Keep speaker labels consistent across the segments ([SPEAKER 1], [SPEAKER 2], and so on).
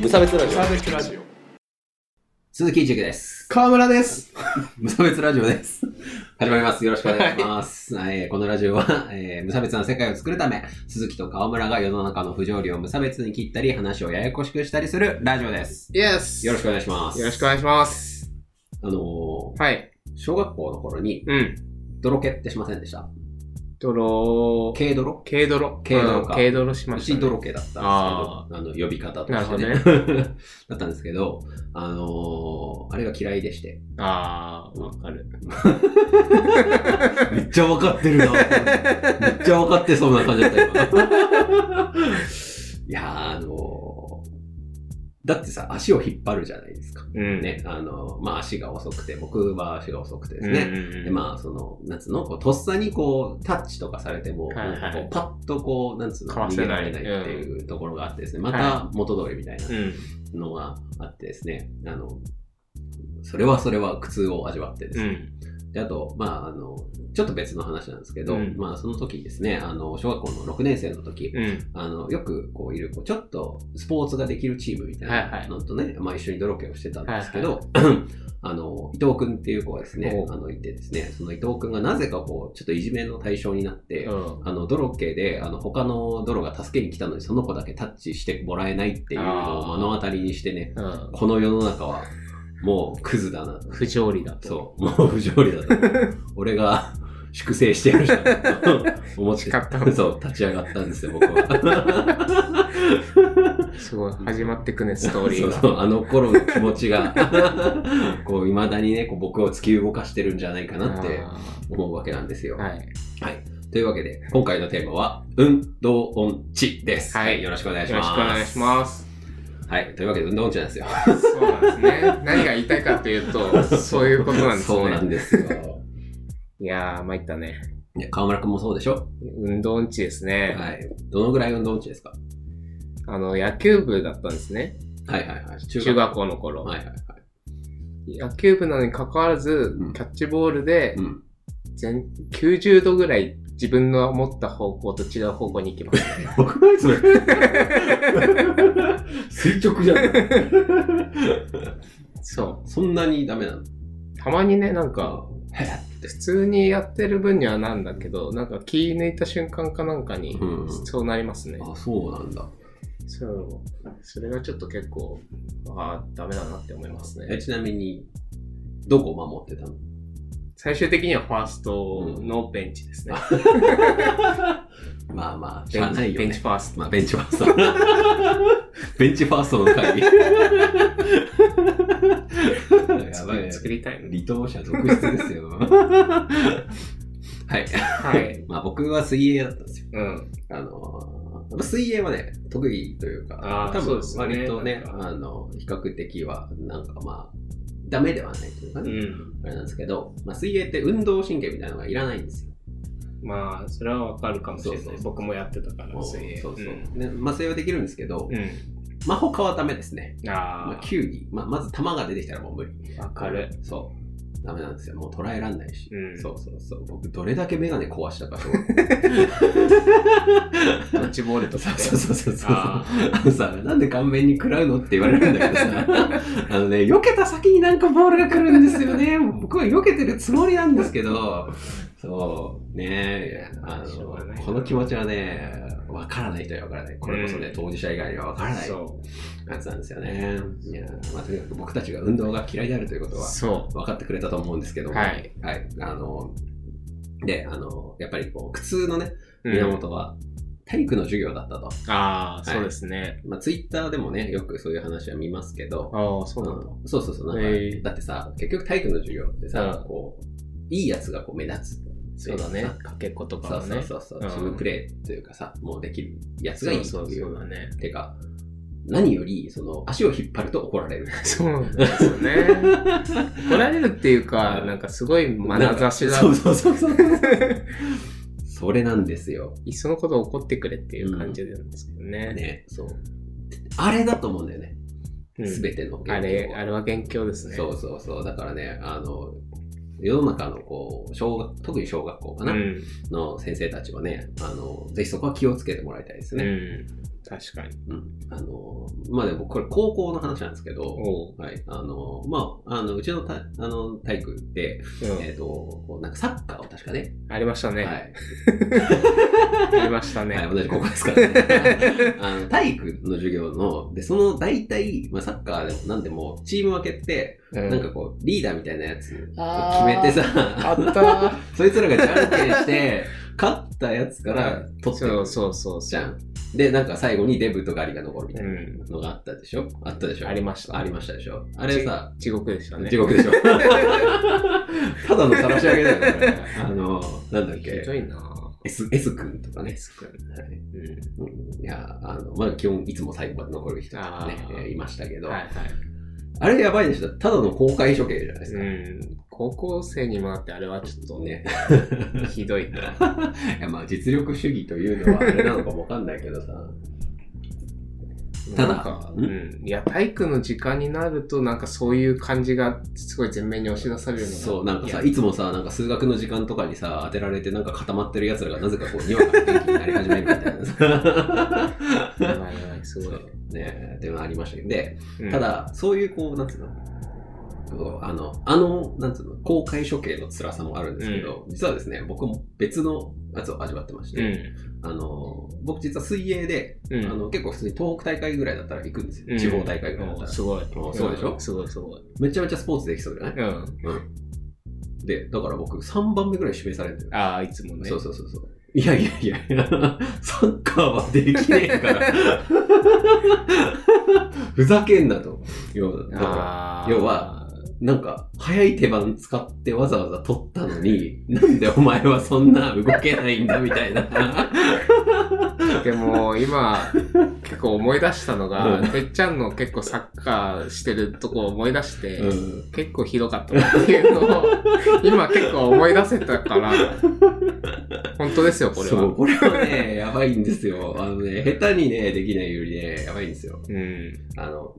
[SPEAKER 1] 無差別ラジ
[SPEAKER 2] サ
[SPEAKER 1] オ
[SPEAKER 2] ーベスラジオ
[SPEAKER 3] 鈴木一之です。
[SPEAKER 2] 川村です
[SPEAKER 3] 無差別ラジオです。始まります。よろしくお願いします。えーこのラジオは、えー無差別な世界を作るため、鈴木と川村が世の中の不条理を無差別に切ったり、話をややこしくしたりするラジオです。
[SPEAKER 2] イエス
[SPEAKER 3] よろしくお願いします。
[SPEAKER 2] よろしくお願いします
[SPEAKER 3] あのー
[SPEAKER 2] はい
[SPEAKER 3] 小学校の頃に、
[SPEAKER 2] うん
[SPEAKER 3] 泥蹴ってしませんでした。
[SPEAKER 2] 泥
[SPEAKER 3] 軽泥
[SPEAKER 2] 軽泥
[SPEAKER 3] 軽泥か
[SPEAKER 2] うん軽泥しま
[SPEAKER 3] う
[SPEAKER 2] したね
[SPEAKER 3] ち泥系だったんですけど、
[SPEAKER 2] あ
[SPEAKER 3] あの呼び方と
[SPEAKER 2] なる
[SPEAKER 3] し
[SPEAKER 2] ほ
[SPEAKER 3] て
[SPEAKER 2] ど
[SPEAKER 3] ね
[SPEAKER 2] ね
[SPEAKER 3] だったんですけど、あのーあれが嫌いでして。
[SPEAKER 2] あーわかる
[SPEAKER 3] めっちゃ分かってるな。めっちゃ分かってそうな感じだった今。 いやー、あのーだってさ、足を引っ張るじゃないですか。
[SPEAKER 2] うん
[SPEAKER 3] ね、あのーまあ足が遅くて、僕は足が遅くてで
[SPEAKER 2] う
[SPEAKER 3] す
[SPEAKER 2] ん
[SPEAKER 3] ね。
[SPEAKER 2] うん
[SPEAKER 3] でまあ、その、なんつうのこうとっさにこう、タッチとかされても、
[SPEAKER 2] はいはい
[SPEAKER 3] なんかこうパッとこう、なんつうの
[SPEAKER 2] かわせない
[SPEAKER 3] 逃げられないっていうところがあってですね、ま
[SPEAKER 2] は
[SPEAKER 3] た元通りみたいな
[SPEAKER 2] うん
[SPEAKER 3] のがあってですね、あの、それはそれは苦痛を味わってです
[SPEAKER 2] う
[SPEAKER 3] ね、
[SPEAKER 2] ん
[SPEAKER 3] であと、まあ、あの、ちょっと別の話なんですけ
[SPEAKER 2] う
[SPEAKER 3] ど、
[SPEAKER 2] ん
[SPEAKER 3] まあ、その時ですね、あの、小学校の6年生の時、
[SPEAKER 2] うん
[SPEAKER 3] あの、よくこういる、こうちょっとスポーツができるチームみたい
[SPEAKER 2] はいは
[SPEAKER 3] ないのとね、まあ、一緒に泥ロケをしてたんですけど、あの、伊藤くんっていう子がですね
[SPEAKER 2] お、う
[SPEAKER 3] あの、いてですね、その伊藤くんがなぜかこう、ちょっといじめの対象になって、
[SPEAKER 2] うん
[SPEAKER 3] あの、泥系で、あの、他の泥が助けに来たのに、その子だけタッチしてもらえないっていうのを目の当たりにしてね、
[SPEAKER 2] うん
[SPEAKER 3] この世の中は、もうクズだなと。
[SPEAKER 2] 不条理だと
[SPEAKER 3] そう、もう不条理だと思う。俺が粛清してやるじゃんと思って、
[SPEAKER 2] 誓ったの
[SPEAKER 3] そう、立ち上がったんですよ、僕は。
[SPEAKER 2] すごい始まってくねストーリー
[SPEAKER 3] そう
[SPEAKER 2] が
[SPEAKER 3] そう、あの頃の気持ちが、こう、未だにね、こう僕を突き動かしてるんじゃないかなって
[SPEAKER 2] あ
[SPEAKER 3] 思うわけなんですよ。
[SPEAKER 2] ーはい
[SPEAKER 3] というわけで、今回のテーマは、運動音痴です。
[SPEAKER 2] はい
[SPEAKER 3] よろしくお願いし
[SPEAKER 2] よ
[SPEAKER 3] ま
[SPEAKER 2] ろし
[SPEAKER 3] す。
[SPEAKER 2] くお願いします
[SPEAKER 3] はい、というわけで、運動音痴なんですよ。
[SPEAKER 2] そうなんですね何が言いたいかという とそういうことなんですね
[SPEAKER 3] そうなんですよ。
[SPEAKER 2] いやー参ったね
[SPEAKER 3] いや川村くんもそうでしょ
[SPEAKER 2] 運動音痴ですね、
[SPEAKER 3] はい。どのぐらい運動音痴ですか
[SPEAKER 2] あの野球部だったんですね
[SPEAKER 3] はいはいはい。中
[SPEAKER 2] 中学校の頃、
[SPEAKER 3] はいはいはい。
[SPEAKER 2] 野球部なのに関わらず、
[SPEAKER 3] うん
[SPEAKER 2] キャッチボールで
[SPEAKER 3] うん。
[SPEAKER 2] 全90度ぐらい自分の思った方向と違う方向に行きます
[SPEAKER 3] 僕ないそれ垂直じゃん
[SPEAKER 2] そ
[SPEAKER 3] そんなにダメなの
[SPEAKER 2] うたまにねなんか
[SPEAKER 3] へ
[SPEAKER 2] 普通にやってる分にはなんだけどなんか気抜いた瞬間かなんかに、
[SPEAKER 3] うん
[SPEAKER 2] そうなりますね
[SPEAKER 3] あそうなんだ
[SPEAKER 2] そうそれがちょっと結構ああダメだなって思いますね
[SPEAKER 3] えちなみにどこを守ってたの
[SPEAKER 2] 最終的にはファーストのベンチです ね。
[SPEAKER 3] まあまあし
[SPEAKER 2] ベ
[SPEAKER 3] ゃあ
[SPEAKER 2] ン
[SPEAKER 3] ない
[SPEAKER 2] チ
[SPEAKER 3] よ
[SPEAKER 2] ベンチ
[SPEAKER 3] ね
[SPEAKER 2] ファースト。
[SPEAKER 3] まあベンチファーストベンチファーストの会やばいね
[SPEAKER 2] 作りたいの
[SPEAKER 3] 離島者続出です よはい、
[SPEAKER 2] はい。
[SPEAKER 3] まあ僕は水泳だったんですよ
[SPEAKER 2] うん。
[SPEAKER 3] あのー水泳はね、得意というか
[SPEAKER 2] あ、ー
[SPEAKER 3] 多
[SPEAKER 2] そう
[SPEAKER 3] 分
[SPEAKER 2] ですよね
[SPEAKER 3] 割とね、
[SPEAKER 2] なんか
[SPEAKER 3] あの、比較的は、なんかまあ、ダメではないというか
[SPEAKER 2] う
[SPEAKER 3] ね、
[SPEAKER 2] ん。
[SPEAKER 3] あれなんですけど、まあ、水泳って運動神経みたいなのがいらないんですよ。
[SPEAKER 2] まあ、それはわかるかもしれな
[SPEAKER 3] そうそう
[SPEAKER 2] い。
[SPEAKER 3] そう
[SPEAKER 2] 僕もやってたから、水泳。
[SPEAKER 3] そうそう。
[SPEAKER 2] ん
[SPEAKER 3] でまあ、水泳はできるんですけど、
[SPEAKER 2] うん。
[SPEAKER 3] まあ、他はダメですね。ま
[SPEAKER 2] あ
[SPEAKER 3] あ、球技、まあ、まず球が出てきたらもう無理。
[SPEAKER 2] あ、わかる。。
[SPEAKER 3] そう。ダメなんですよ。もう捉えらんないし。
[SPEAKER 2] うん
[SPEAKER 3] そうそうそう。僕、どれだけメガネ壊したかと。
[SPEAKER 2] ドッジボールとか
[SPEAKER 3] そう
[SPEAKER 2] で。
[SPEAKER 3] そうそうそうそう。
[SPEAKER 2] あ
[SPEAKER 3] あのさ、なんで顔面に食らうのって言われるんだけどさ、 あのね、避けた先になんかボールが来るんですよね。 僕は避けてるつもりなんですけど、そう、ねえ、あ
[SPEAKER 2] しょうがな
[SPEAKER 3] の、
[SPEAKER 2] い
[SPEAKER 3] この気持ちはね、わからない人はわからない。これこそね、
[SPEAKER 2] うん
[SPEAKER 3] 当事者以外にはわから
[SPEAKER 2] あ。
[SPEAKER 3] ない
[SPEAKER 2] そ
[SPEAKER 3] やつなんですよね。いや、まあ、とにかく僕たちが運動が嫌いであるということ
[SPEAKER 2] う。
[SPEAKER 3] は
[SPEAKER 2] そ
[SPEAKER 3] 分かってくれたと思うんですけど
[SPEAKER 2] う。
[SPEAKER 3] も、
[SPEAKER 2] はい。
[SPEAKER 3] はい。あの、で、あの、やっぱりこう、苦痛のね、
[SPEAKER 2] うん
[SPEAKER 3] 源は、体育の授業だったと。
[SPEAKER 2] ああ、
[SPEAKER 3] い
[SPEAKER 2] そうですね。
[SPEAKER 3] まあ、ツイッターでもね、よくそういう話は見ますけど、
[SPEAKER 2] ああ、そうなんだ。
[SPEAKER 3] うんそうそうそう、なんか、
[SPEAKER 2] へえ
[SPEAKER 3] だってさ、結局体育の授業ってさ、
[SPEAKER 2] うん
[SPEAKER 3] こう、いいやつがこう目立つ。
[SPEAKER 2] そうだね
[SPEAKER 3] さ。
[SPEAKER 2] かけっこと
[SPEAKER 3] そ
[SPEAKER 2] か
[SPEAKER 3] う
[SPEAKER 2] も
[SPEAKER 3] そう
[SPEAKER 2] ね。
[SPEAKER 3] そうそう、
[SPEAKER 2] うん
[SPEAKER 3] チームプレーというかさ、もうできるやつ
[SPEAKER 2] そ
[SPEAKER 3] がいいっ
[SPEAKER 2] う
[SPEAKER 3] てい
[SPEAKER 2] そう
[SPEAKER 3] う。
[SPEAKER 2] そうだね。
[SPEAKER 3] てか、何より、その、足を引っ張ると怒られ る。
[SPEAKER 2] そうなんですよね。 来られるっていうか、なんかすごい眼差しだ
[SPEAKER 3] そうそうそうそう。 それなんですよ。
[SPEAKER 2] いっそのこと怒ってくれっていう感じなんですけどね。
[SPEAKER 3] ね、そう。あれだと思うんだよね、
[SPEAKER 2] うん
[SPEAKER 3] すべての
[SPEAKER 2] あ
[SPEAKER 3] 原因
[SPEAKER 2] れ、
[SPEAKER 3] は
[SPEAKER 2] あれは元凶ですね。
[SPEAKER 3] そうそうそう。だからね、あの、世の中のこう、小学、特に小学校かな、
[SPEAKER 2] うん。
[SPEAKER 3] の先生たちはね、あの、ぜひそこは気をつけてもらいたいです
[SPEAKER 2] う
[SPEAKER 3] ね。
[SPEAKER 2] ん。確かに。
[SPEAKER 3] うん。あの、まあでもこれ高校の話なんですけど、
[SPEAKER 2] おう。
[SPEAKER 3] はい。あの、まあ、あの、うちのたあの体育で、
[SPEAKER 2] うん
[SPEAKER 3] えっ、と、こうなんかサッカーを確かね、
[SPEAKER 2] ありましたね。
[SPEAKER 3] はい。
[SPEAKER 2] ありましたね。
[SPEAKER 3] はい、同じ高校ですからね。 あの体育の授業の、で、その大体、まあ、サッカーでも何でも、チーム分けって、
[SPEAKER 2] うん
[SPEAKER 3] なんかこう、リーダーみたいなやつ決
[SPEAKER 2] あー
[SPEAKER 3] めて
[SPEAKER 2] あ
[SPEAKER 3] さ、
[SPEAKER 2] った
[SPEAKER 3] そいつらがじゃんけんして、勝ったやつから取って
[SPEAKER 2] そ
[SPEAKER 3] る
[SPEAKER 2] うそうそう
[SPEAKER 3] じ
[SPEAKER 2] そう。
[SPEAKER 3] ゃん。で、なんか最後にデブとガリが残るみたい
[SPEAKER 2] うん。
[SPEAKER 3] なのがあったでしょあったでしょ
[SPEAKER 2] ありました。
[SPEAKER 3] ありましたでしょあれさ、
[SPEAKER 2] 地獄でしたね。
[SPEAKER 3] 地獄でしょただの晒し上げ だよねこ れ。あの、なんだっ
[SPEAKER 2] ひ
[SPEAKER 3] け
[SPEAKER 2] どいな
[SPEAKER 3] S, S 君とかね。
[SPEAKER 2] S 君
[SPEAKER 3] はい
[SPEAKER 2] ぁ。
[SPEAKER 3] うんいや、あの、まあ、基本、いつも最後まで残る人とかね
[SPEAKER 2] あ、ー
[SPEAKER 3] えーいましたけ
[SPEAKER 2] う
[SPEAKER 3] ど、
[SPEAKER 2] ん。はいはい。
[SPEAKER 3] あれやばいでした。ただの公開処刑じゃないですか。
[SPEAKER 2] うん。高校生にもなってあれはちょっとね、
[SPEAKER 3] ね、
[SPEAKER 2] ひどいな。
[SPEAKER 3] いやまあ実力主義というのはあれなのかもわかんない けどさ、ただ
[SPEAKER 2] なんか、うん。いや、体育の時間になると、なんかそういう感じがすごい前面に押し出されるのが。
[SPEAKER 3] そう、なんかさ、
[SPEAKER 2] い
[SPEAKER 3] いつもさ、なんか数学の時間とかにさ、当てられてなんか固まってる奴らがなぜかこう、にわかに元気になり始めるみたいなさ。
[SPEAKER 2] や、やばいやばい、すごい。
[SPEAKER 3] ねっていうのはありましたけど、で、
[SPEAKER 2] うん
[SPEAKER 3] た、だ、そういうこう、なんつうの、こうあの、あの、なんつうの、公開処刑の辛さもあるんですけど、実はですね、僕も別のやつを味わってまし
[SPEAKER 2] う
[SPEAKER 3] て、
[SPEAKER 2] ん。
[SPEAKER 3] あの、僕実は水泳で、
[SPEAKER 2] うん。
[SPEAKER 3] あの、結構普通に東北大会ぐらいだったら行くんですよ。
[SPEAKER 2] うん
[SPEAKER 3] 地方大会ぐらいだっ
[SPEAKER 2] お
[SPEAKER 3] たら。
[SPEAKER 2] すごい
[SPEAKER 3] お。そうでしょ
[SPEAKER 2] んすごいすごい。
[SPEAKER 3] めちゃめちゃスポーツできそうじゃない、
[SPEAKER 2] うん。
[SPEAKER 3] で、だから僕3番目ぐらい指名されるんだよ。
[SPEAKER 2] ああ、いつもね。
[SPEAKER 3] そうそうそうそう。いやいやいや サッカーはできねえから。 ふざけんなと。要はだから
[SPEAKER 2] ああ。
[SPEAKER 3] 要は、なんか、早い手番使ってわざわざ取ったのに、なんでお前はそんな動けないんだみたいな。
[SPEAKER 2] でも今 結構思い出したのが、
[SPEAKER 3] うん
[SPEAKER 2] てっちゃんの結構サッカーしてるとこ思い出して、
[SPEAKER 3] うん
[SPEAKER 2] 結構ひどかったなっていうの を今結構思い出せたから本当ですよこれは
[SPEAKER 3] そう、これはね、やばいんですよ。あのね、下手にね、できないよりね、やばいんですよ。
[SPEAKER 2] うん
[SPEAKER 3] あの、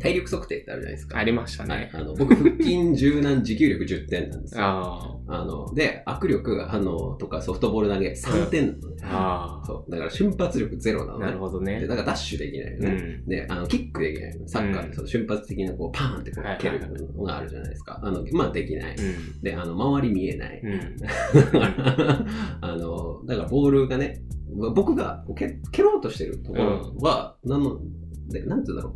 [SPEAKER 3] 体力測定ってあるじゃないですか。
[SPEAKER 2] ありました
[SPEAKER 3] はい
[SPEAKER 2] ね、
[SPEAKER 3] あの僕、腹筋、柔軟、持久力10点なんですよ。
[SPEAKER 2] あ
[SPEAKER 3] あので、握力あのとかソフトボール投げ3点なのね
[SPEAKER 2] ああ
[SPEAKER 3] そうだから瞬発力ゼロ
[SPEAKER 2] あ
[SPEAKER 3] なのね。
[SPEAKER 2] なるほど
[SPEAKER 3] で
[SPEAKER 2] ね
[SPEAKER 3] だからダッシュできないよ
[SPEAKER 2] う
[SPEAKER 3] ね。
[SPEAKER 2] ん
[SPEAKER 3] で、あの、キックできないの。サッカーっ
[SPEAKER 2] うん
[SPEAKER 3] てその瞬発的なこう、パーンってこ、
[SPEAKER 2] はいう
[SPEAKER 3] 蹴る
[SPEAKER 2] はい
[SPEAKER 3] のがあるじゃないですか。あの、まあ、できない。
[SPEAKER 2] うん
[SPEAKER 3] で、あの、周り見えない。
[SPEAKER 2] うん
[SPEAKER 3] あの、だからボールがね、僕がこう蹴蹴ろうとしてるところは、なんの、でなんて言うんだろう。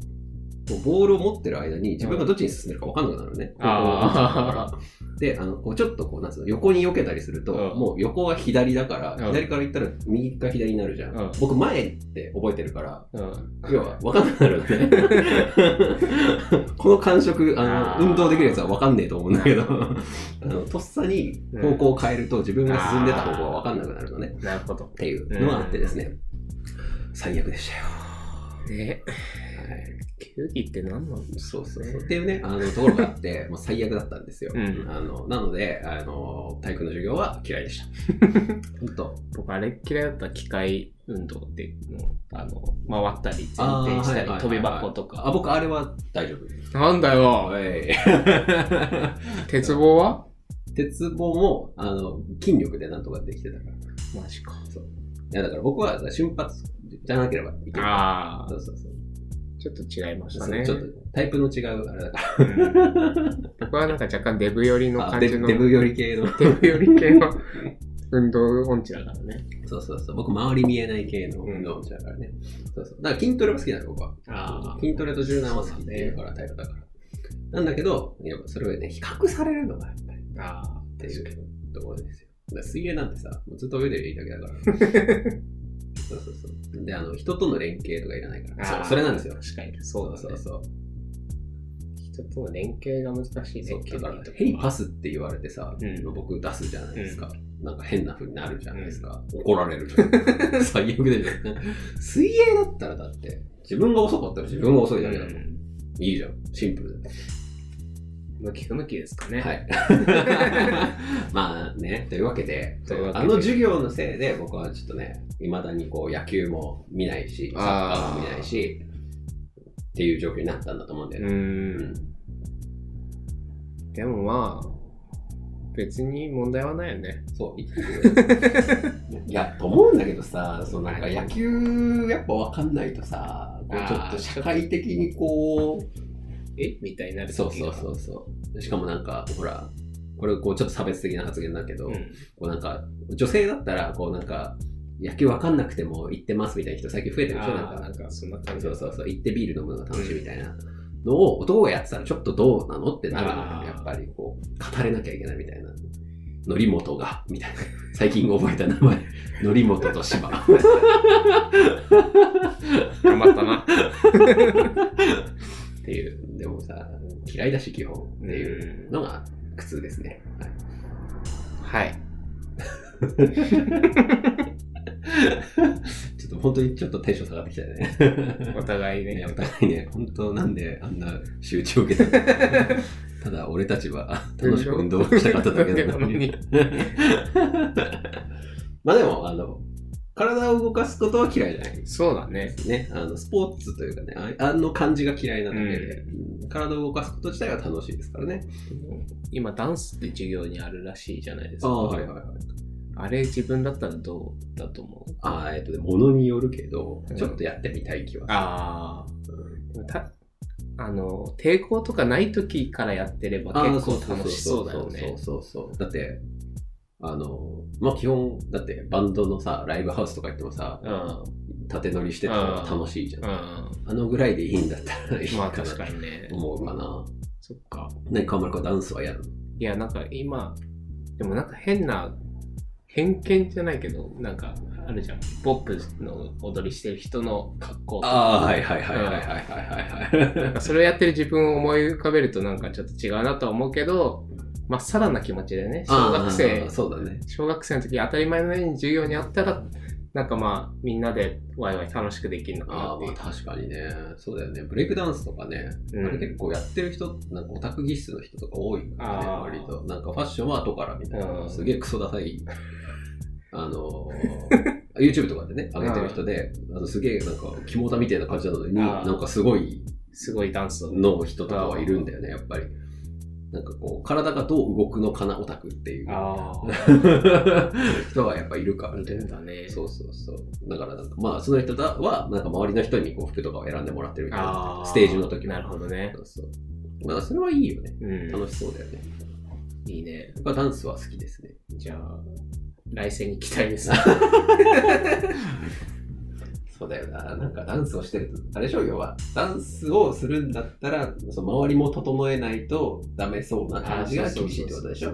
[SPEAKER 3] こうボールを持ってる間に自分がどっちに進んでるか分かんなくなるね。
[SPEAKER 2] あ
[SPEAKER 3] こうで、あの、こうちょっとこう、なんつうの、横に避けたりすると、
[SPEAKER 2] うん
[SPEAKER 3] もう横は左だから、
[SPEAKER 2] うん
[SPEAKER 3] 左から行ったら右か左になるじゃん。
[SPEAKER 2] うん
[SPEAKER 3] 僕前って覚えてるから、
[SPEAKER 2] うん
[SPEAKER 3] 要は分かんなくなるんで この感触あ
[SPEAKER 2] あ
[SPEAKER 3] の
[SPEAKER 2] ー
[SPEAKER 3] 運動できるやつは分かんねえと思うんだけどあのとっさに方向を変えると自分が進んでた方向は分かんなくなるのね
[SPEAKER 2] なるほど
[SPEAKER 3] っていうのがあってですね最悪でしたよ、
[SPEAKER 2] ね
[SPEAKER 3] はい、
[SPEAKER 2] 球技って何なんです
[SPEAKER 3] そうそうそうっていうねあのところがあっても う最悪だったんですよ、
[SPEAKER 2] うん
[SPEAKER 3] あのなのであの体育の授業は嫌いでした 本当
[SPEAKER 2] 僕あれ嫌いだった機械運動っていうのをあの回ったり
[SPEAKER 3] あー
[SPEAKER 2] 前転した
[SPEAKER 3] はいはいはいは
[SPEAKER 2] り
[SPEAKER 3] い
[SPEAKER 2] 飛び箱とか
[SPEAKER 3] あ僕あれは大丈夫
[SPEAKER 2] なんだよ、
[SPEAKER 3] い
[SPEAKER 2] 鉄棒は
[SPEAKER 3] 鉄棒もあの筋力でなんとかできてたから
[SPEAKER 2] マジか。
[SPEAKER 3] いやだから僕は瞬発じゃなければいけない。
[SPEAKER 2] ああ
[SPEAKER 3] そ、うそうそう。
[SPEAKER 2] ちょっと違いました
[SPEAKER 3] そう
[SPEAKER 2] ね。
[SPEAKER 3] ちょっとタイプの違うあれだか
[SPEAKER 2] うん僕はなんか若干デブ寄りの
[SPEAKER 3] ら。あ
[SPEAKER 2] 感
[SPEAKER 3] デ
[SPEAKER 2] じ
[SPEAKER 3] ブ
[SPEAKER 2] の、
[SPEAKER 3] デ
[SPEAKER 2] デ
[SPEAKER 3] ブ
[SPEAKER 2] ブ
[SPEAKER 3] 寄り系の。
[SPEAKER 2] 寄り系の運動音痴だからね。
[SPEAKER 3] そうそうそう。僕、周り見えない系の運動者だからね。そうそう。だから筋トレは好きなの、僕は。
[SPEAKER 2] あ
[SPEAKER 3] 筋トレと柔軟は好きっていうから、タイプだから。なんだけど、やっぱそれをね、比較されるのがやっぱりっ
[SPEAKER 2] あ、ああ、
[SPEAKER 3] ていうところですよ。だから水泳なんてさ、もうずっと泳いでるいいだけだから。そうそうそう。で、あの、人との連携とかいらないから。そう、それなんですよ。
[SPEAKER 2] 確かに。そうだ、ね、
[SPEAKER 3] そうそう。
[SPEAKER 2] 人との連携が難しいね
[SPEAKER 3] そう。だから
[SPEAKER 2] 筋肉と、か
[SPEAKER 3] ヘイパスって言われてさ、
[SPEAKER 2] うん
[SPEAKER 3] 僕出すじゃないですか。なんか変な風になるじゃないですか。怒られるじゃ ん。最悪でしょ。水泳だったらだって、自分が遅かったら自分が遅いだけだもん。
[SPEAKER 2] うん
[SPEAKER 3] いいじゃん。シンプ ルで。
[SPEAKER 2] 向き不向きですかね。
[SPEAKER 3] はい。まあね、というわけで、
[SPEAKER 2] というわけで
[SPEAKER 3] あの授業のせいで僕はちょっとね、未だにこう野球も見ないし、サッカーも見ないし、っていう状況になったんだと思うんだ
[SPEAKER 2] う
[SPEAKER 3] よね。
[SPEAKER 2] ー。
[SPEAKER 3] うん
[SPEAKER 2] でもまあ、別に問題はないよね。
[SPEAKER 3] そう、言ってくれるいや、友思うんだけどさ、そのなんか野球やっぱわかんないとさ、こう
[SPEAKER 2] あー
[SPEAKER 3] ちょっと社会的にこう、
[SPEAKER 2] えみたいになる。
[SPEAKER 3] そうそうそううそう。しかもなんか、ほら、これこうちょっと差別的な発言だけど、
[SPEAKER 2] うん、
[SPEAKER 3] こうなんか、女性だったら、こうなんか、野球わかんなくても行ってますみたいな人最近増えてるでしょなん
[SPEAKER 2] ああ、
[SPEAKER 3] か
[SPEAKER 2] なんかそんな感じ
[SPEAKER 3] そうそうそう、行ってビール飲むのが楽しいみたいなのを男がやってたらちょっとどうなのってなるの
[SPEAKER 2] あ
[SPEAKER 3] よ
[SPEAKER 2] ー
[SPEAKER 3] やっぱりこう、語れなきゃいけないみたいな。則本が、みたいな。最近覚えた名前。則本と芝。
[SPEAKER 2] 頑張ったな。
[SPEAKER 3] っていう。でもさ、嫌いだし、基本。っていうのが苦痛ですね。はい
[SPEAKER 2] はい。
[SPEAKER 3] ちょっと本当にちょっとテンション下がってきたよね。
[SPEAKER 2] お互い
[SPEAKER 3] いや
[SPEAKER 2] ね
[SPEAKER 3] お。互いね、本当なんであんな集中を受けたのか ただ俺たちは楽しく運動をしたかっただけなのに。まあでも、あの、体を動かすことは嫌いじゃな い。
[SPEAKER 2] そうだね。
[SPEAKER 3] ね、あのスポーツというかね、ああの感じが嫌いなだけで、うん体を動かすこと自体は楽しいですからね。
[SPEAKER 2] 今、ダンスって授業にあるらしいじゃないですか。
[SPEAKER 3] はいはいはい。
[SPEAKER 2] あれ、自分だったらどうだと思う
[SPEAKER 3] あーえっとね、ものによるけど
[SPEAKER 2] う、ん
[SPEAKER 3] ちょっとやってみたい気は。
[SPEAKER 2] ああ。たあの、抵抗とかない時からやってれば
[SPEAKER 3] あー
[SPEAKER 2] 結構楽しそうだよ
[SPEAKER 3] そ
[SPEAKER 2] ね
[SPEAKER 3] う。そうそうそうそう。だって、あの、まあ基本、だってバンドのさ、ライブハウスとか行ってもさ、
[SPEAKER 2] うん
[SPEAKER 3] 縦乗りしてたら楽しいじゃん。
[SPEAKER 2] うん。
[SPEAKER 3] あのぐらいでいいんだったらいいか
[SPEAKER 2] まあ
[SPEAKER 3] な
[SPEAKER 2] 確
[SPEAKER 3] と
[SPEAKER 2] かにね。
[SPEAKER 3] 思うかな。
[SPEAKER 2] そっか。
[SPEAKER 3] ね、かまるかダンスはやるの
[SPEAKER 2] いや、なんか今、でもなんか変な、偏見じゃないけど、なんかあるじゃん。ポップの踊りしてる人の格好とか
[SPEAKER 3] ああ、はいはいはいはいはいはいはいはい。
[SPEAKER 2] なんかそれをやってる自分を思い浮かべるとなんかちょっと違うなとは思うけど、まっさらな気持ちでね、小学
[SPEAKER 3] あ
[SPEAKER 2] 生
[SPEAKER 3] ー、そうだね。
[SPEAKER 2] 小学生の時当たり前のように授業にあったら、なんかまあみんなでワイワイ楽しくできるのか
[SPEAKER 3] あ
[SPEAKER 2] な
[SPEAKER 3] あ、
[SPEAKER 2] ってい
[SPEAKER 3] ま
[SPEAKER 2] う
[SPEAKER 3] あ。確かにね。そうだよね。ブレイクダンスとかね。
[SPEAKER 2] うん
[SPEAKER 3] あれ結構やってる人、なんかオタク技質の人とか多いからね、
[SPEAKER 2] あー
[SPEAKER 3] 割と。なんかファッションは後からみたいな。
[SPEAKER 2] うん
[SPEAKER 3] すげえクソダサい。 あのー、YouTube とかでね、上げてる人で、あのすげえなんか、肝タみたいな感じなのに、
[SPEAKER 2] あー
[SPEAKER 3] なんかすごい
[SPEAKER 2] すごいダンスを。
[SPEAKER 3] の人とかはいるんだよね、やっぱり。なんかこう、体がどう動くのかなオタクっていう
[SPEAKER 2] あ
[SPEAKER 3] 人はやっぱいるか
[SPEAKER 2] あ、
[SPEAKER 3] ら
[SPEAKER 2] いるん
[SPEAKER 3] ね。
[SPEAKER 2] だね。
[SPEAKER 3] そうそうそう。だからなんか、まあ、その人だは、なんか周りの人にこう服とかを選んでもらってるみたい
[SPEAKER 2] あ
[SPEAKER 3] な
[SPEAKER 2] あ。
[SPEAKER 3] ステージの時は
[SPEAKER 2] なるほどね。
[SPEAKER 3] そうそう。まあ、それはいいよね。
[SPEAKER 2] うん。
[SPEAKER 3] 楽しそうだよね。
[SPEAKER 2] いいね。
[SPEAKER 3] 僕はダンスは好きですね。
[SPEAKER 2] じゃあ、来世に期待 です。
[SPEAKER 3] そうだよな。なんかダンスをしてると、あれでしょ、要は。ダンスをするんだったら、その周りも整えないとダメそうな感じが厳しいってことでしょ。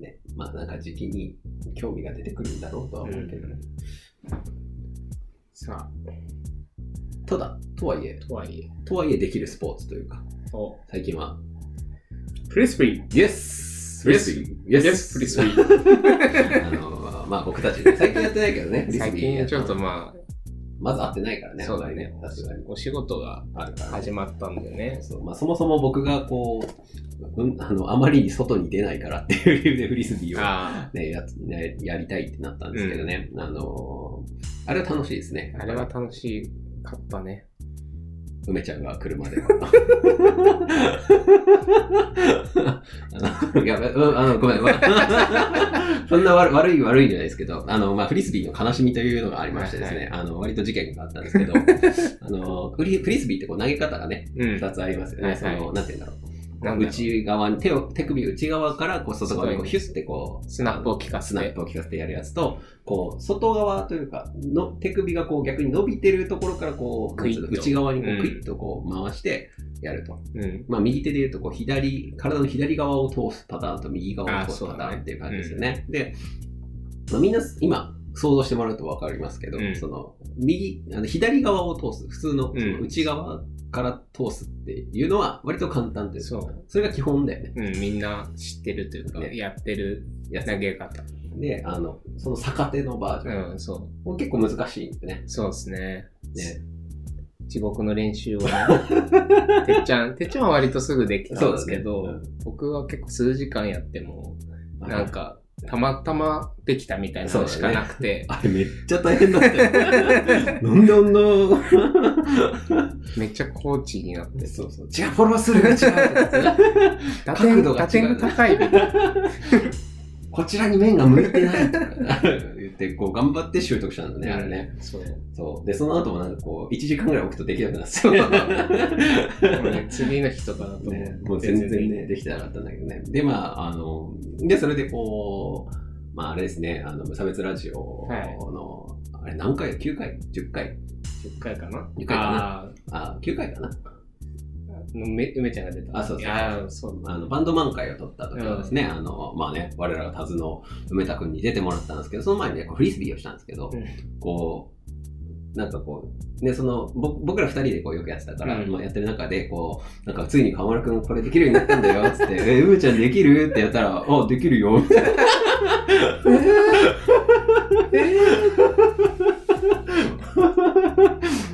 [SPEAKER 3] ね、まあなんか時期に興味が出てくるんだろうとは思うけど、ね
[SPEAKER 2] さ
[SPEAKER 3] ただ、とはいえ
[SPEAKER 2] あ、、とはいえ、
[SPEAKER 3] とはいえできるスポーツというか、
[SPEAKER 2] お
[SPEAKER 3] 最近は、
[SPEAKER 2] プリスプリー
[SPEAKER 3] イエス
[SPEAKER 2] フリス
[SPEAKER 3] イエス
[SPEAKER 2] プリスプリー
[SPEAKER 3] あの、まあ僕たち、最近やってないけどね、フリス
[SPEAKER 2] 最
[SPEAKER 3] ビーや
[SPEAKER 2] 近
[SPEAKER 3] た
[SPEAKER 2] ちょっとまあ、
[SPEAKER 3] まず会ってないからね、
[SPEAKER 2] そうだね
[SPEAKER 3] あんまりさすがに。
[SPEAKER 2] お仕事が
[SPEAKER 3] あるから、ね。
[SPEAKER 2] 始まったんでね。
[SPEAKER 3] そうまあ、そもそも僕がこう、うん、あの、あまりに外に出ないからっていう理由でフリスビーを、
[SPEAKER 2] あ
[SPEAKER 3] ね、やつねやりたいってなったんですけどね、あのあれは楽しいですね。
[SPEAKER 2] あ、あれは楽しかったね。
[SPEAKER 3] 梅ちゃんが車で。 いや、うんあの、ごめん。わ そんな悪悪い悪いじゃないですけど、あの、まあ、フリスビーの悲しみというのがありましてですね、
[SPEAKER 2] はい
[SPEAKER 3] あの、割と事件があったんですけど、あの、フリフリスビーってこう投げ方がね、
[SPEAKER 2] うん
[SPEAKER 3] 二つありますよね。
[SPEAKER 2] はいはい
[SPEAKER 3] その、なんて言うんだろ
[SPEAKER 2] なん
[SPEAKER 3] う。
[SPEAKER 2] だろう
[SPEAKER 3] 内側に、手を、手首内側から、こう、外側にこうヒュッてこう、
[SPEAKER 2] スナップを効か
[SPEAKER 3] ス
[SPEAKER 2] す
[SPEAKER 3] ナッ
[SPEAKER 2] ね。
[SPEAKER 3] プを効かせてやるやつと、こう、外側というか、の手首がこう逆に伸びてるところからこう、
[SPEAKER 2] クイッと
[SPEAKER 3] 内側にこ
[SPEAKER 2] う
[SPEAKER 3] うんクイッとこう回してやると。
[SPEAKER 2] うん。
[SPEAKER 3] まあ右手で言うとこう左、体の左側を通すパターンと右側
[SPEAKER 2] あ
[SPEAKER 3] を通すパ
[SPEAKER 2] そう
[SPEAKER 3] タ
[SPEAKER 2] だね
[SPEAKER 3] ーンっていう感じですよね。で、まあ、みんな今想像してもらうとわかりますけど、
[SPEAKER 2] うん
[SPEAKER 3] その右、あの左側を通す、普通の
[SPEAKER 2] うん
[SPEAKER 3] その内側から通すっていうのは割と簡単というか、
[SPEAKER 2] そう。
[SPEAKER 3] それが基本だよね。
[SPEAKER 2] うん、みんな知ってるというか、
[SPEAKER 3] ね
[SPEAKER 2] やってる
[SPEAKER 3] やつ
[SPEAKER 2] 投げ方。
[SPEAKER 3] で、あの、その逆手のバージョン。
[SPEAKER 2] うん、そ
[SPEAKER 3] もう結構難しいんですね。
[SPEAKER 2] う。そうですね。
[SPEAKER 3] ね
[SPEAKER 2] 地獄の練習を ね、てっちゃん、てっちゃんは割とすぐできたんですけど、
[SPEAKER 3] そうだね
[SPEAKER 2] 僕は結構数時間やっても、なんか、たまたまできたみたいなのしかなくて、
[SPEAKER 3] あれめっちゃ大変だった よ。なんであんな。
[SPEAKER 2] めっちゃコーチに なって、
[SPEAKER 3] そうそう。違う、フォローするが違う。
[SPEAKER 2] 打
[SPEAKER 3] 角
[SPEAKER 2] 点
[SPEAKER 3] 度
[SPEAKER 2] 打
[SPEAKER 3] が違う
[SPEAKER 2] 点が高いみたいな。
[SPEAKER 3] こちらに面が向いてないとか言って、こう、頑張って習得したんだね、あれね。
[SPEAKER 2] そう。
[SPEAKER 3] そう。で、その後もなんかこう、1時間ぐらい置くとできな くなってた
[SPEAKER 2] もうね次の日とかだと もう、
[SPEAKER 3] ねもう全然ね、できてなかったんだけどね。で、まあ、あの、で、それでこう、まあ、あれですね、あの、無差別ラジオの、あれ何回 ?9 回 ?10 回
[SPEAKER 2] 10回かな
[SPEAKER 3] 10回かな
[SPEAKER 2] あ
[SPEAKER 3] あ、9回かな
[SPEAKER 2] ー梅梅ちゃんが出た。
[SPEAKER 3] あそうそう
[SPEAKER 2] あーそう
[SPEAKER 3] あの、バンドマン会を取った時はですね、あの、まあね、我らがタズの梅田くんに出てもらったんですけど、その前にね、こうフリスビーをしたんですけど、
[SPEAKER 2] うん
[SPEAKER 3] こう、なんかこう、ね、その、ぼ僕ら二人でこうよくやってたから、
[SPEAKER 2] うん
[SPEAKER 3] まあやってる中で、こう、なんかついに河村くんこれできるようになったんだよ、つって、 え、梅ちゃんできるってやったら、あ、できるよ、みたいな。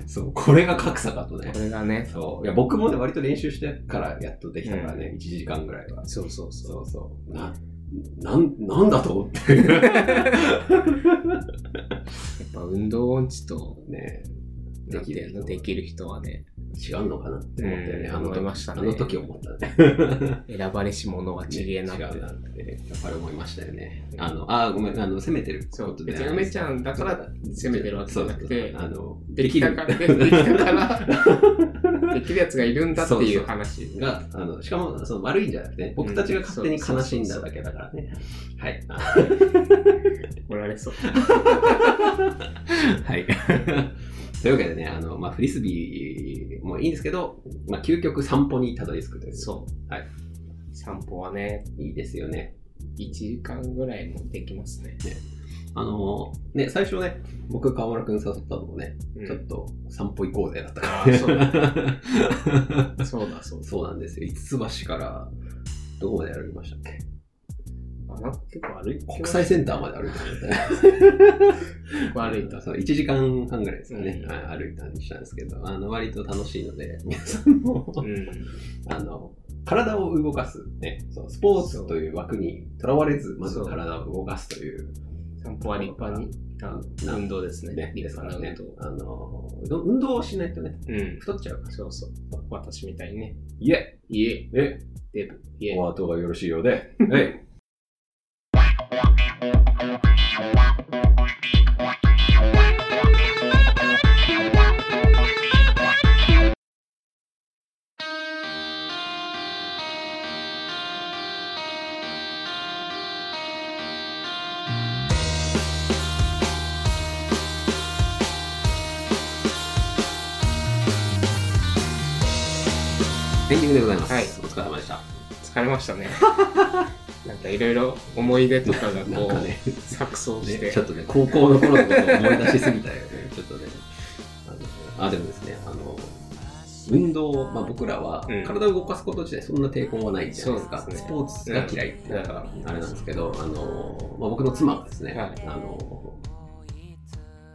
[SPEAKER 3] そう、これが格差かとね
[SPEAKER 2] こ。れがね、
[SPEAKER 3] そう。いや、僕もね、割と練習してからやっとできたからね、1時間ぐらいは。
[SPEAKER 2] そうそうそう。
[SPEAKER 3] そうそう。な、なん、なんだとっていう。
[SPEAKER 2] やっぱ運動音痴と、
[SPEAKER 3] ね
[SPEAKER 2] な
[SPEAKER 3] で
[SPEAKER 2] んて
[SPEAKER 3] き
[SPEAKER 2] い
[SPEAKER 3] る
[SPEAKER 2] うのできる人はね、
[SPEAKER 3] 違うのかなって思ったよね。
[SPEAKER 2] うん
[SPEAKER 3] あの
[SPEAKER 2] 思いましたね
[SPEAKER 3] あの時思ったね。
[SPEAKER 2] 選ばれし者はちげえなって。
[SPEAKER 3] 違うなって、やっぱり思いましたよね。あの、あーごめん、あの、攻めてるこ
[SPEAKER 2] そう
[SPEAKER 3] とで。
[SPEAKER 2] 別に梅ちゃんだから攻めてるわけじゃなくて
[SPEAKER 3] そうそうあの、
[SPEAKER 2] できたから、できた から、できるやつがいるんだっていう話。
[SPEAKER 3] が、あの、しかも、その悪いんじゃなくて、僕たちが勝手に悲しんだだけだからね。はい。
[SPEAKER 2] 怒られそう。
[SPEAKER 3] はい。 というわけでね、あの、まあ、フリスビーもいいんですけど、まあ、究極散歩にたどり着くという。
[SPEAKER 2] そう。
[SPEAKER 3] はい。
[SPEAKER 2] 散歩はね、
[SPEAKER 3] いいですよね。
[SPEAKER 2] 1時間ぐらいもできますね。
[SPEAKER 3] あのーね、最初ね、僕、河村くん誘ったのもね、
[SPEAKER 2] うん
[SPEAKER 3] ちょっと散歩行こうぜだった
[SPEAKER 2] あ
[SPEAKER 3] か
[SPEAKER 2] ーそうそ
[SPEAKER 3] ら。
[SPEAKER 2] うだそうだ。
[SPEAKER 3] そうなんですよ。五つ橋から、どこまで歩きましたっけ
[SPEAKER 2] あなんか結構歩いて
[SPEAKER 3] 国際センターまで歩いたんだよね。
[SPEAKER 2] 結構歩いた。
[SPEAKER 3] そう、1時間半ぐらいですかね、
[SPEAKER 2] うん
[SPEAKER 3] はい歩いたりしたんですけど、あの、割と楽しいので、皆さんも、
[SPEAKER 2] うん。
[SPEAKER 3] あの、体を動かす、ね、そうスポーツという枠にとらわれず、まず体を動かすという、
[SPEAKER 2] 散歩は立派にあ
[SPEAKER 3] な
[SPEAKER 2] 運動ですね
[SPEAKER 3] ね。、で
[SPEAKER 2] 立
[SPEAKER 3] すか
[SPEAKER 2] 派
[SPEAKER 3] ら
[SPEAKER 2] な
[SPEAKER 3] ね
[SPEAKER 2] 運動。
[SPEAKER 3] あの、運動をしないとね、
[SPEAKER 2] うん。
[SPEAKER 3] 太っちゃうから。
[SPEAKER 2] そうそう。私みたいにね。
[SPEAKER 3] いえ、
[SPEAKER 2] いえ、
[SPEAKER 3] え、
[SPEAKER 2] デブ、いえ
[SPEAKER 3] お。後がよろしいようで、えい、エンディングでございます。
[SPEAKER 2] はい
[SPEAKER 3] お疲れ様でした。
[SPEAKER 2] 疲れました ね。なんかいろいろ思い出とかが
[SPEAKER 3] なん
[SPEAKER 2] こ
[SPEAKER 3] か
[SPEAKER 2] う、
[SPEAKER 3] ね、
[SPEAKER 2] 錯綜し
[SPEAKER 3] ね
[SPEAKER 2] て
[SPEAKER 3] ちょ。っとね、高校の頃のことを思い出しすぎたよ ね、ちょっとね。あのあ、でもですね、あの、運動、まあ、僕らは
[SPEAKER 2] うん
[SPEAKER 3] 体を動かすこと自体そんな抵抗はないじゃないですか、
[SPEAKER 2] そうです
[SPEAKER 3] ス
[SPEAKER 2] ね
[SPEAKER 3] ポーツが嫌いって
[SPEAKER 2] うん
[SPEAKER 3] だからあれなんですけど、あのまあ、僕の妻がですね、
[SPEAKER 2] はい
[SPEAKER 3] あの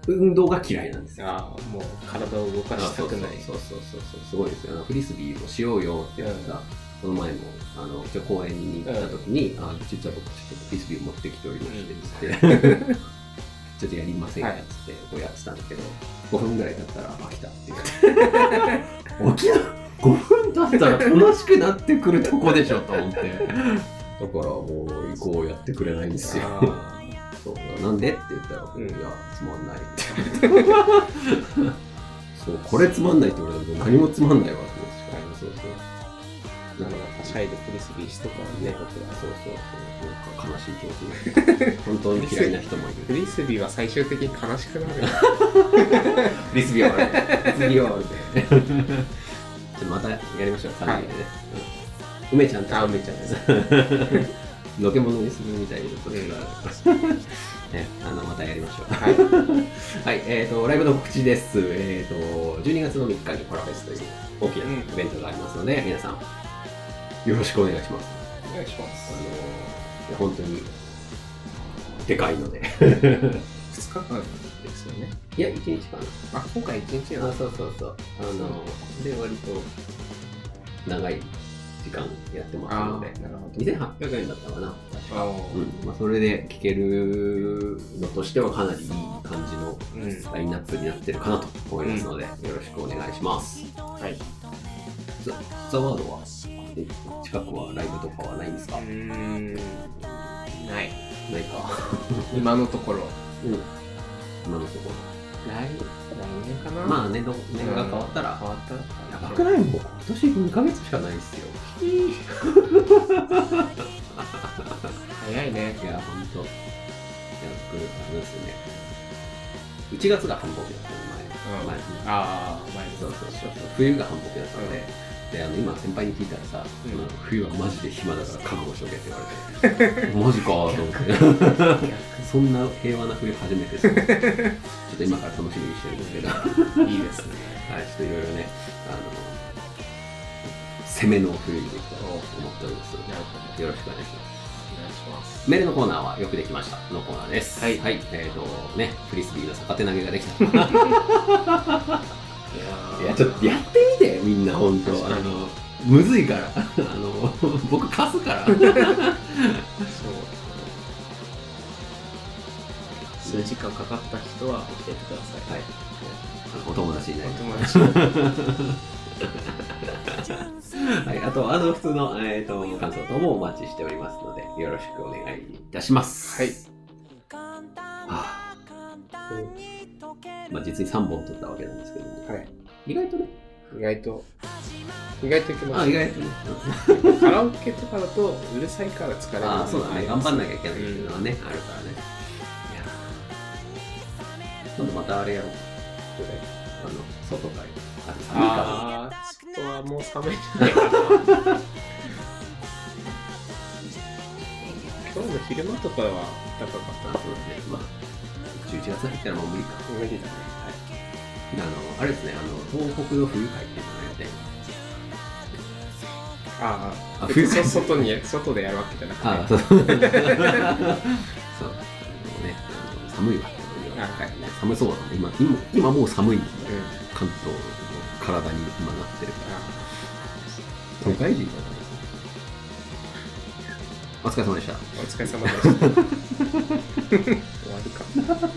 [SPEAKER 3] 運動が嫌いなんですよ。
[SPEAKER 2] ああ、もう体を動かしたくない。
[SPEAKER 3] そうそうそうそうそうすごいですよフリスビーもしようよってやった、この前もあの一応公園に行った時に「あ実は僕ちょっとフリスビー持ってきておりまして」つって 「ちょっとやりませんか」っつってこうやってたんだけど5分ぐらい経ったら「飽きた」って言っ て起きな5分経ったら楽しくなってくるとこでしょと思ってだからもう以降やってくれないんですよ
[SPEAKER 2] あ
[SPEAKER 3] そうなんでって言ったら、
[SPEAKER 2] うん
[SPEAKER 3] いや、つまんないって言われてそう、これつまんないって言われたら、何もつまんないわって思ってしそう
[SPEAKER 2] あ
[SPEAKER 3] そう。
[SPEAKER 2] なんかシャイでフリスビーしてたもんね、
[SPEAKER 3] ね、
[SPEAKER 2] 僕は。
[SPEAKER 3] そうそうそう、なんか悲しい気持ち本当に嫌いな人もい
[SPEAKER 2] フ
[SPEAKER 3] る。
[SPEAKER 2] リスビーは最終的に悲しくなる。
[SPEAKER 3] リスビアはね、リスビアはね。ちょっとまたやりましょう、3人でね。うん梅ちゃんと
[SPEAKER 2] あ、めちゃんです。
[SPEAKER 3] のけものにするみたいなことが、ね、あのまたやりましょう。
[SPEAKER 2] はい。
[SPEAKER 3] はい、えー、と、ライブの告知です。えー、と、12月の3日にコラフェスという大きなイベントがありますので、皆さん、よろしくお願いします。
[SPEAKER 2] お願いしま
[SPEAKER 3] あのー、本当に、でかいので。
[SPEAKER 2] す。2日間ですよね。
[SPEAKER 3] いや、1日か
[SPEAKER 2] あ、今回1日
[SPEAKER 3] な。あ、
[SPEAKER 2] は
[SPEAKER 3] そうそうそう。あのー、で、割と、長い時間やってますので、
[SPEAKER 2] なるほど。
[SPEAKER 3] 2800円だったかな。確か
[SPEAKER 2] あ
[SPEAKER 3] うんまあ、それで聴けるのとしてはかなりいい感じの
[SPEAKER 2] うん。うん。
[SPEAKER 3] ラインナップになってるかなと思いますので、よろしくお願いします。
[SPEAKER 2] はい。
[SPEAKER 3] ザ・ザワードはえ近くはライブとかはないんですか
[SPEAKER 2] うーん。ない。
[SPEAKER 3] ないか。
[SPEAKER 2] 今のところ
[SPEAKER 3] うん。今のとこ
[SPEAKER 2] 来来年かな
[SPEAKER 3] ろ。まあね、ど年が変わったら。
[SPEAKER 2] 変わった
[SPEAKER 3] やばくないもう今年2ヶ月しかないっすよ。
[SPEAKER 2] 早いね
[SPEAKER 3] いや、ほんと。いや、くる、あれですよね。1月が繁忙期だったの、前。
[SPEAKER 2] うん
[SPEAKER 3] 前
[SPEAKER 2] ああ前
[SPEAKER 3] そうそうそう。冬が繁忙期だったので。で、あの、今、先輩に聞いたらさ、
[SPEAKER 2] うん
[SPEAKER 3] あの冬はマジで暇だから覚悟しとけって 言われて。マジかーと思って。そんな平和な冬初めてですね。 ちょっと今から楽しみにしてるんです けど、はい、ちょ
[SPEAKER 2] 逆いいですね
[SPEAKER 3] っといろいろね、あの、攻めの冬にできたらと思っております。
[SPEAKER 2] なるほど
[SPEAKER 3] よろしくお願いします。
[SPEAKER 2] お願いします
[SPEAKER 3] メールのコーナーはよくできましたのコーナーです。
[SPEAKER 2] はい
[SPEAKER 3] はい。えっ、と、ね、フリスビーの逆手投げができた。 い
[SPEAKER 2] いやー
[SPEAKER 3] や、ちょっとやってみて、みんな、本当
[SPEAKER 2] 確
[SPEAKER 3] あ
[SPEAKER 2] かに
[SPEAKER 3] の、むずいから。あの、 僕、貸す から。
[SPEAKER 2] そう数時間かかった人は教えてください
[SPEAKER 3] はいお友達になります。
[SPEAKER 2] お友達
[SPEAKER 3] はい、あと、あの、普通の、えっ、と、感想等もお待ちしておりますので、よろしくお願いいたします。
[SPEAKER 2] はい。
[SPEAKER 3] はあ、まあ、実に3本取ったわけなんですけども、
[SPEAKER 2] はい
[SPEAKER 3] 意外とね、
[SPEAKER 2] 意外と意外といけま
[SPEAKER 3] あ、
[SPEAKER 2] す
[SPEAKER 3] 意外とね、
[SPEAKER 2] カラオケとかだとうるさいから疲れる
[SPEAKER 3] ああ、そうだね、頑張んなきゃいけないっていうのは
[SPEAKER 2] う
[SPEAKER 3] ね、あるからね。いやー今度またあれやろう。これ、あの、外から。あの、寒いか
[SPEAKER 2] ああそこはもう寒いんじゃないかな今日の昼間とかは暖か
[SPEAKER 3] ら。
[SPEAKER 2] か
[SPEAKER 3] あ、
[SPEAKER 2] った
[SPEAKER 3] そうだね、まあ、11月入ったらもう無理か。
[SPEAKER 2] 無理だね
[SPEAKER 3] あの、あれですね、あの、東北の冬会っていうのをやって、
[SPEAKER 2] ああ
[SPEAKER 3] あ
[SPEAKER 2] 別に
[SPEAKER 3] 冬
[SPEAKER 2] そ外に外でやるわけじゃなくて
[SPEAKER 3] ああ、そう。そう。あのね、あの寒いわ。
[SPEAKER 2] はい
[SPEAKER 3] ね寒そうなの。今、今、今もう寒いんだ
[SPEAKER 2] う
[SPEAKER 3] よ
[SPEAKER 2] ん
[SPEAKER 3] 関東の体に今なってるから。
[SPEAKER 2] あ
[SPEAKER 3] 東海人じゃないお疲れ様でした。
[SPEAKER 2] あお疲れ様でした終わるか